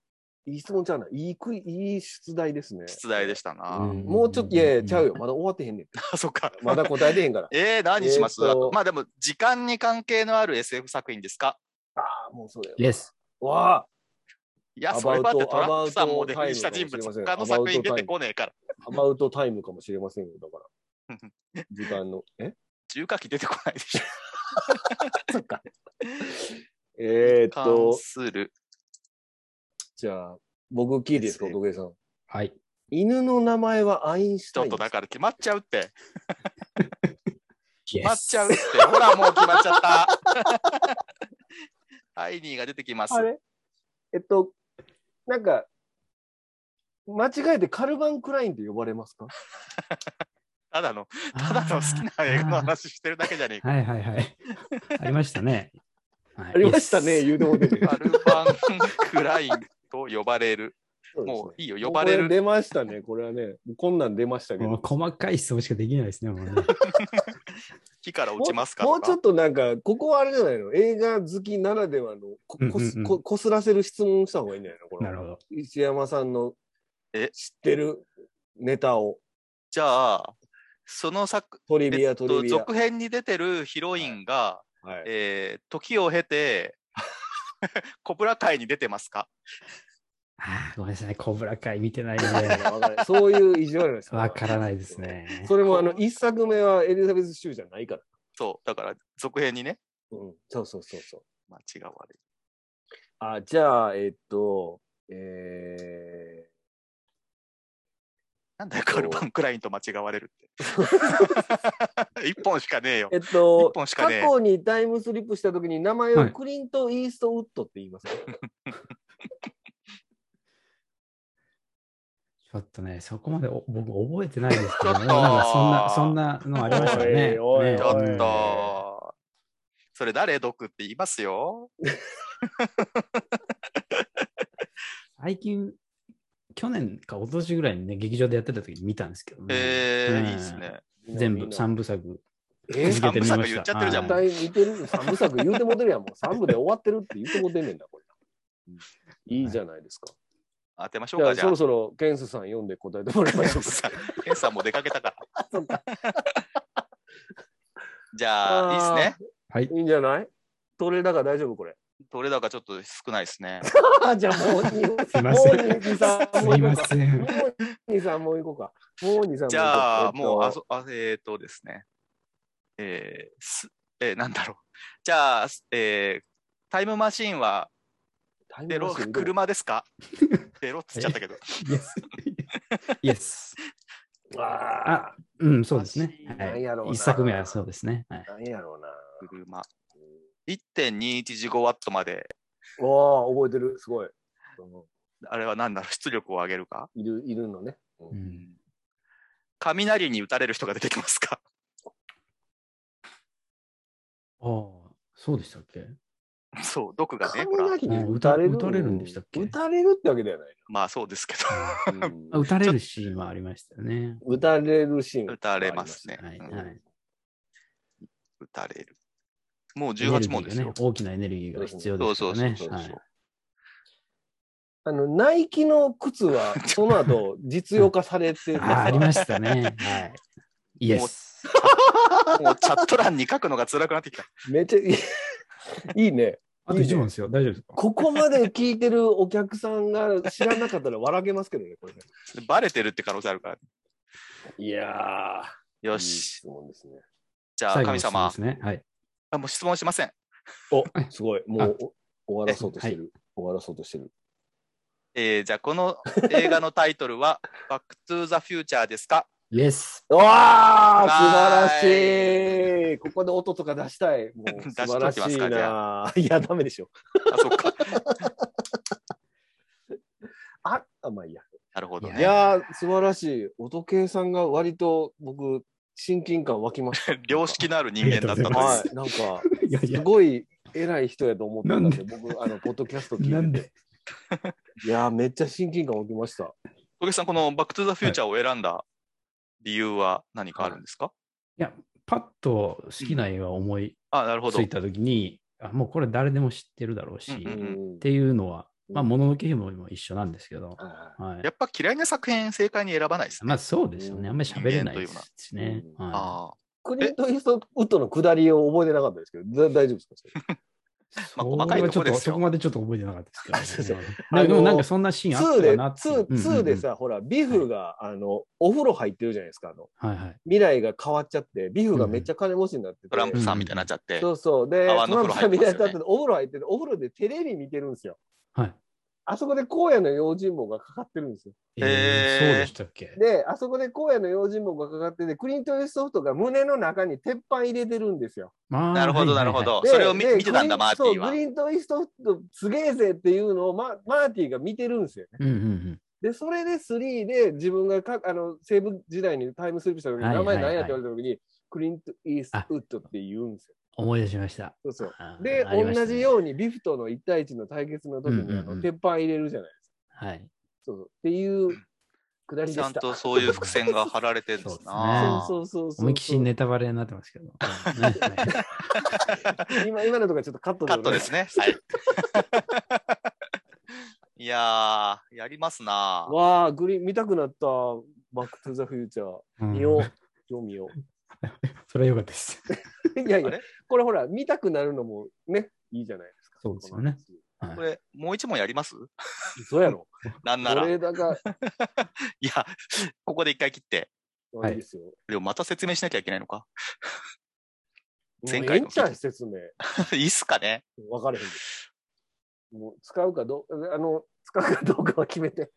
Speaker 3: いい質問ちゃうな。いいクイ、いい出題ですね。
Speaker 1: 出題でしたな。
Speaker 2: うん
Speaker 3: もうちょっと、いやいや、ちゃうよ。まだ終わってへんねん。
Speaker 1: あ、 そっか。。
Speaker 3: まだ答えてへんから
Speaker 1: えー、何します、
Speaker 3: えー
Speaker 1: あ
Speaker 3: と
Speaker 1: とまあでも、時間に関係のある SF 作品ですか
Speaker 3: あもうそれ。
Speaker 2: イエス。
Speaker 3: わあ、
Speaker 1: いや、
Speaker 3: About-
Speaker 1: それはってトランプさんもデフ
Speaker 3: About
Speaker 1: ィした人物、
Speaker 3: Time
Speaker 1: 他の作品出てこねえから。
Speaker 3: アバウトタイムかもしれませんよ。だから。時間の。え
Speaker 1: 中華機出てこないでしょ。
Speaker 3: えー、っ
Speaker 1: 関
Speaker 3: と、
Speaker 1: する。
Speaker 3: じゃあ、僕聞いていいですか、土下さん。
Speaker 2: はい。
Speaker 3: 犬の名前はアインシュ
Speaker 1: ちょ
Speaker 3: タイ
Speaker 1: っ
Speaker 3: ンで
Speaker 1: と
Speaker 3: す。
Speaker 1: だから決まっちゃうって。
Speaker 2: イエ
Speaker 1: 決まっ
Speaker 2: ス。
Speaker 1: ちゃうって。ほら、もう決まっちゃった。アイニーが出てきます。
Speaker 3: あれえっと、なんか、間違えてカルバン・クラインって呼ばれますか
Speaker 1: ただの、ただの好きな映画の
Speaker 2: あー
Speaker 1: 話してるだけじゃねえか。
Speaker 2: はいはいはい。ありましたね。あ
Speaker 3: ありましたね、。
Speaker 2: イエス
Speaker 3: 言うても 出て。
Speaker 1: アルバン・クラインと呼ばれる。もういいよ、呼ばれ
Speaker 3: こ
Speaker 1: る。
Speaker 3: 出ましたね、これはね。こんなん出ましたけど。
Speaker 2: もう細かい質問しかできないですね。 もうね
Speaker 1: 木から落ちますか
Speaker 3: もう
Speaker 1: と
Speaker 3: もう
Speaker 1: か
Speaker 3: ちょっ。となんか、ここはあれじゃないの映画好きならではのここす、
Speaker 2: うんうんうん
Speaker 3: ここすらせる質問した方がいいんじゃないのこの
Speaker 2: なるほど。
Speaker 3: 石山さんの知
Speaker 1: え
Speaker 3: ってるネタを。
Speaker 1: じゃあ、その作、
Speaker 3: トリビ
Speaker 1: え
Speaker 3: ア、
Speaker 1: っ
Speaker 3: ト
Speaker 1: と、
Speaker 3: リビア。
Speaker 1: 続編に出てるヒロインが、
Speaker 3: はい、
Speaker 1: えー時を経て、 コブラ界に出てますか
Speaker 2: あーごめんなさい。コブラ会見てないので、
Speaker 3: わかんないそういう意地悪な 人
Speaker 2: わからないですね。
Speaker 3: それもあの、一作目はエリザベス・シューじゃないから。
Speaker 1: そう、だから続編にね、
Speaker 3: うん、そうそうそうそう。
Speaker 1: 間違われる。
Speaker 3: あ、じゃあ、えっと、え
Speaker 1: なんだよ、カルバン・クラインと間違われるって。一本しかねえよ
Speaker 3: ー、。えっと
Speaker 1: 一、本しか
Speaker 3: 過
Speaker 1: ねえ
Speaker 3: 去にタイムスリップした時に名前
Speaker 2: は
Speaker 3: を
Speaker 2: い
Speaker 3: クリント・イーストウッドって言いますか、
Speaker 2: ちょっとね、そこまでお僕覚えてないですけど、
Speaker 1: ちょっと
Speaker 2: なんかそんな、そんなのありましたよね。
Speaker 3: おいおい
Speaker 2: ね
Speaker 1: ちょ
Speaker 3: お
Speaker 1: っ
Speaker 3: い
Speaker 1: と、それ誰毒って言いますよ。
Speaker 2: 最近、去年か一昨年ぐらいにね、劇場でやってた時に見たんですけどね。
Speaker 1: え
Speaker 2: うん
Speaker 1: ー、いいですね。
Speaker 2: 全部三
Speaker 3: 三
Speaker 2: 部作。
Speaker 3: え
Speaker 2: 続
Speaker 1: 三
Speaker 2: け
Speaker 1: 部
Speaker 2: てみま
Speaker 1: 作
Speaker 2: した
Speaker 1: 言っちゃってるじゃん。も
Speaker 3: 絶
Speaker 1: う
Speaker 2: は
Speaker 3: 対見てる三部作言うてもてるやんもう三部で終わってるって言うてもてんねんだこれ、いいじゃないですか、
Speaker 1: 当てましょうか、
Speaker 3: じ
Speaker 1: じ
Speaker 3: ゃあ
Speaker 1: ゃ
Speaker 3: そ
Speaker 1: あ
Speaker 3: ろ。そろケンスさん読んで答えてもらいましょうか
Speaker 1: ケンさんも出かけたから。 じ
Speaker 3: あー
Speaker 1: ゃあ、いいですね。
Speaker 2: はい。
Speaker 3: いいんじゃないトレーダーが大丈夫これ
Speaker 1: どれだかちょっと少ないですね。
Speaker 3: あじゃあ もうもう
Speaker 2: すいません
Speaker 3: 二三
Speaker 2: すいません。
Speaker 3: もう二三もう行こうか。もう二三
Speaker 1: じゃあ、もう、あそ、あ、えっ、とですね。えー、す、えーなんだろう。じゃあ、すえータイムマシーンは、
Speaker 3: う
Speaker 1: デロ、車です かデロっつっちゃったけど。
Speaker 2: イエス。イエス。
Speaker 3: あ
Speaker 2: あ、うん、そうですね
Speaker 1: マシ。
Speaker 3: なんやろう
Speaker 2: は。
Speaker 3: ない
Speaker 2: 一作目はそうですね。はい。
Speaker 3: 何やろうな。
Speaker 1: 車。1.2115ワットまで、
Speaker 3: おお、覚えてる。すごい。う
Speaker 1: あれはなんだろう、出力を上げるか
Speaker 3: んいる、いるのね。う
Speaker 2: うんん、
Speaker 1: 雷に打たれる人が出てきますか
Speaker 2: ああ、そうでしたっけ
Speaker 1: そう、毒がね、ほら。
Speaker 3: 雷に
Speaker 2: うん
Speaker 3: 打たれる。
Speaker 2: 打たれるんでしたっけ
Speaker 3: 打たれるってわけではない。
Speaker 1: まあそうですけ
Speaker 2: あ打たれるシーンはありましたよね。
Speaker 3: 打たれるシーン。
Speaker 1: ど、打たれます。ね。
Speaker 2: はい。
Speaker 1: う
Speaker 2: は
Speaker 1: ん
Speaker 2: い、
Speaker 1: 打たれる。もう18問です
Speaker 2: エネルギーがね
Speaker 1: よ。
Speaker 2: 大きなエネルギーが必要
Speaker 1: そ
Speaker 2: で
Speaker 1: う
Speaker 2: すか
Speaker 1: そう
Speaker 2: ら
Speaker 1: そう
Speaker 2: ね
Speaker 1: そう。
Speaker 2: はい
Speaker 3: あの、ナイキの靴は、 その後、実用化されてる
Speaker 2: ああありましたね。はい。イエス。
Speaker 1: もうチャット欄に書くのが辛くなってきた。
Speaker 3: めっちゃいい、いいね。
Speaker 2: あと1問ですよ。大丈夫ですか
Speaker 3: ここまで聞いてるお客さんが知らなかったら笑けますけどね、これね。
Speaker 1: バレてるって可能性あるからね。
Speaker 3: いやー。
Speaker 1: よ
Speaker 3: いい
Speaker 1: し。
Speaker 3: 質問ですね。
Speaker 1: じゃあ、神
Speaker 2: 最後の
Speaker 1: 様
Speaker 2: 質。問ですね。はい。
Speaker 1: あ、もう質問しません。
Speaker 3: お、すごい。もうお終わらそうとしてる。終わらそうとしてる。
Speaker 1: えーじゃあ、この 映画のタイトルは、バックトゥーザフューチャーですか
Speaker 2: イエス。
Speaker 3: わ
Speaker 1: は
Speaker 3: あ
Speaker 1: ーい
Speaker 3: 素晴らしいここで音とか出したい。もう
Speaker 1: 出し
Speaker 3: 素晴らし
Speaker 1: ときます
Speaker 3: い
Speaker 1: かじ
Speaker 3: な。いや、ダメでしょ。
Speaker 1: あ、そっか。
Speaker 3: あ、あまあいいや。
Speaker 1: なるほど
Speaker 2: い
Speaker 3: い
Speaker 1: ね。
Speaker 3: やー、素晴らしい。音計さんが割と僕、親近感湧きました。
Speaker 1: 良識のある人間だったので
Speaker 3: はい、なんか、
Speaker 2: いやい
Speaker 3: す
Speaker 2: や、
Speaker 3: ごい偉い人やと思ってたんで、
Speaker 2: なん
Speaker 3: 僕、あの、ポッドキャスト
Speaker 2: な
Speaker 3: 聞
Speaker 2: ん
Speaker 3: いて
Speaker 2: で
Speaker 3: て。いやー、めっちゃ親近感湧きました。
Speaker 1: 小木さん、このバックトゥーザフューチャーを選んだ理由は何かあるんですか、
Speaker 2: パッと好きな映画を思い
Speaker 1: あ、なるほど
Speaker 2: つい。たときに、あ、もうこれ誰でも知ってるだろうし、
Speaker 1: うんう
Speaker 2: っ
Speaker 1: ん
Speaker 2: ていうのは、まあ、
Speaker 3: うん
Speaker 2: もののけ姫も一緒なんですけど、
Speaker 3: は
Speaker 2: はい
Speaker 1: や。っぱ嫌いな作品、正解に選ばないですね。
Speaker 2: まあ、そうですよね。あんまり喋れないですしね。
Speaker 3: 人
Speaker 2: はい
Speaker 1: あ
Speaker 3: いクリント・イーストウッドの下りを覚えてなかったですけど、だ大丈夫ですかそれ
Speaker 1: まあ細かいとこ
Speaker 2: それはちょっ
Speaker 1: ですよ
Speaker 2: そこまでちょっと覚えてなかったですけどね
Speaker 3: あの
Speaker 2: でもなんかそんなシーンあっ
Speaker 3: 2
Speaker 2: た
Speaker 3: で、
Speaker 2: かなっていう
Speaker 3: 2、2で、
Speaker 2: うんうん
Speaker 3: さ、ほら、ビフが、あの、お風呂入ってるじゃないですか。あの、
Speaker 2: うんはいはい。
Speaker 3: 未来が変わっちゃって、ビフがめっちゃ金持ちになってて。
Speaker 1: トランプさんみたいになっちゃって。
Speaker 3: そうそう。で、トラ
Speaker 1: 泡
Speaker 3: ン
Speaker 1: の風
Speaker 3: プ
Speaker 1: 呂
Speaker 3: さ
Speaker 1: 入っ
Speaker 3: んみ
Speaker 1: て
Speaker 3: た
Speaker 1: ま
Speaker 3: い
Speaker 1: すよね
Speaker 3: になってて、お風呂入ってて、お風呂でテレビ見てるんですよ。
Speaker 2: はい。
Speaker 3: あそこで荒野の用心棒がかかってるんですよ。
Speaker 2: え
Speaker 1: えー
Speaker 2: ーそうでしたっけ
Speaker 3: で、あそこで荒野の用心棒がかかってて、クリント・イーストウッドが胸の中に鉄板入れてるんですよ。
Speaker 2: まあ
Speaker 1: なるほど、なるほ。
Speaker 2: はい
Speaker 1: ど。
Speaker 3: で
Speaker 1: それを見
Speaker 3: で
Speaker 1: 見てたんだ、
Speaker 3: ク
Speaker 1: マーティー
Speaker 3: リンそう
Speaker 1: は
Speaker 3: ク。リント・イーストウッドすげえぜっていうのをママーティが見てるんですよね。
Speaker 2: はいはいうんうん
Speaker 3: で、それで3で自分がかあの西部時代にタイムスリップした時に、
Speaker 2: はい
Speaker 3: 名
Speaker 2: はいはい
Speaker 3: 前何やって言われた時に、クリント・イーストウッドって言うんですよ。
Speaker 2: うん。思い出しました。
Speaker 3: そうそう。
Speaker 2: あー
Speaker 3: で、
Speaker 2: ありました
Speaker 3: 同
Speaker 2: ね
Speaker 3: じようにビフとの1対1の対決の時に、
Speaker 2: う
Speaker 3: あ
Speaker 2: んうんう
Speaker 3: の
Speaker 2: ん
Speaker 3: 鉄板入れるじゃないですか。
Speaker 2: はい。
Speaker 3: そうそう。っていうくだりでし
Speaker 1: ち
Speaker 3: た。
Speaker 1: ゃんとそういう伏線が張られてるんですな。
Speaker 2: あー
Speaker 3: そうそうそうそう。
Speaker 2: 思いっきりネタバレになってます けど。はい
Speaker 3: 今今のとかちょっとカット
Speaker 1: カットです
Speaker 3: ね。
Speaker 1: ね。はい。 いやー、やりますな。
Speaker 3: わあ、グリーン見たくなった。バックトゥザフューチャー。
Speaker 2: うん
Speaker 3: 見よう。今日 見よ
Speaker 2: それはよかったです。
Speaker 3: う。いやい
Speaker 1: あ
Speaker 3: や
Speaker 1: れ、
Speaker 3: これほら、見たくなるのもね、いいじゃないですか。
Speaker 2: そうですよね。は
Speaker 1: こ
Speaker 2: い
Speaker 1: れ、もう一問やります
Speaker 3: そうやろ。
Speaker 1: なんなら。い
Speaker 3: 俺だが、
Speaker 1: や、ここで一回切って。
Speaker 2: い
Speaker 3: いいですよ。
Speaker 1: でもまた説明しなきゃいけないのか。 前
Speaker 3: 前
Speaker 1: 回
Speaker 3: 回
Speaker 1: の
Speaker 3: の。ちゃん説明。
Speaker 1: いいっすかね。
Speaker 3: 分かれへんけ ど。もう使うかどうあの、使うかどうかは決めて。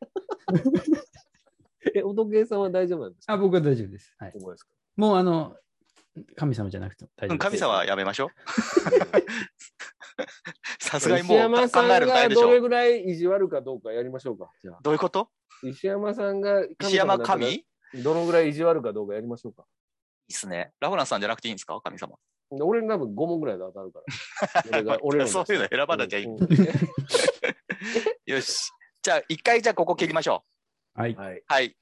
Speaker 3: え、お時計さんは大丈夫なんですか
Speaker 2: あ、僕は大丈夫です。はい。
Speaker 3: 思います
Speaker 2: もうあの、神様じゃなくても大
Speaker 1: う
Speaker 2: 丈
Speaker 1: ん
Speaker 2: 夫
Speaker 1: 神
Speaker 2: です。
Speaker 1: 様はやめましょう。
Speaker 3: か
Speaker 1: さすがに
Speaker 3: 石
Speaker 1: もう
Speaker 3: 山
Speaker 1: 考
Speaker 3: さん
Speaker 1: えるの大
Speaker 3: が
Speaker 1: 変でし
Speaker 3: どれ
Speaker 1: ょ。
Speaker 3: ぐらい意地悪かどうかやりましょうか。じゃあ
Speaker 1: どういうこと
Speaker 3: 石山さんが
Speaker 1: 石山神い
Speaker 3: 様
Speaker 1: い
Speaker 3: だったらどのぐらい意地悪かどうかやりましょうか。
Speaker 1: っすね。ラフランさんじゃなくていいんですか神様。
Speaker 3: 俺に多分5問ぐらいで当たる から俺が。俺らの
Speaker 1: そういうの選ばなきゃいい
Speaker 3: うんうん
Speaker 1: よし。じゃあ、一回じゃあここ切りましょ
Speaker 2: はい。
Speaker 3: はい。
Speaker 1: う。はい。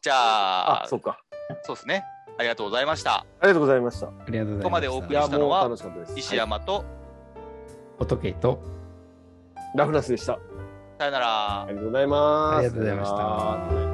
Speaker 1: じゃあ、
Speaker 3: あ、そっか。
Speaker 1: そうですね。ありがとうございました。
Speaker 3: ありがとうございました。
Speaker 2: ありがとうございます。
Speaker 1: ここまでお送
Speaker 3: い
Speaker 1: りした
Speaker 3: や、
Speaker 1: の
Speaker 3: もう
Speaker 1: は
Speaker 3: 楽しかったです。
Speaker 1: 石山と、
Speaker 2: 仏と、
Speaker 3: ラフランスでした。
Speaker 1: さよなら
Speaker 3: あ。りがとうございます。
Speaker 2: ありがとうございました。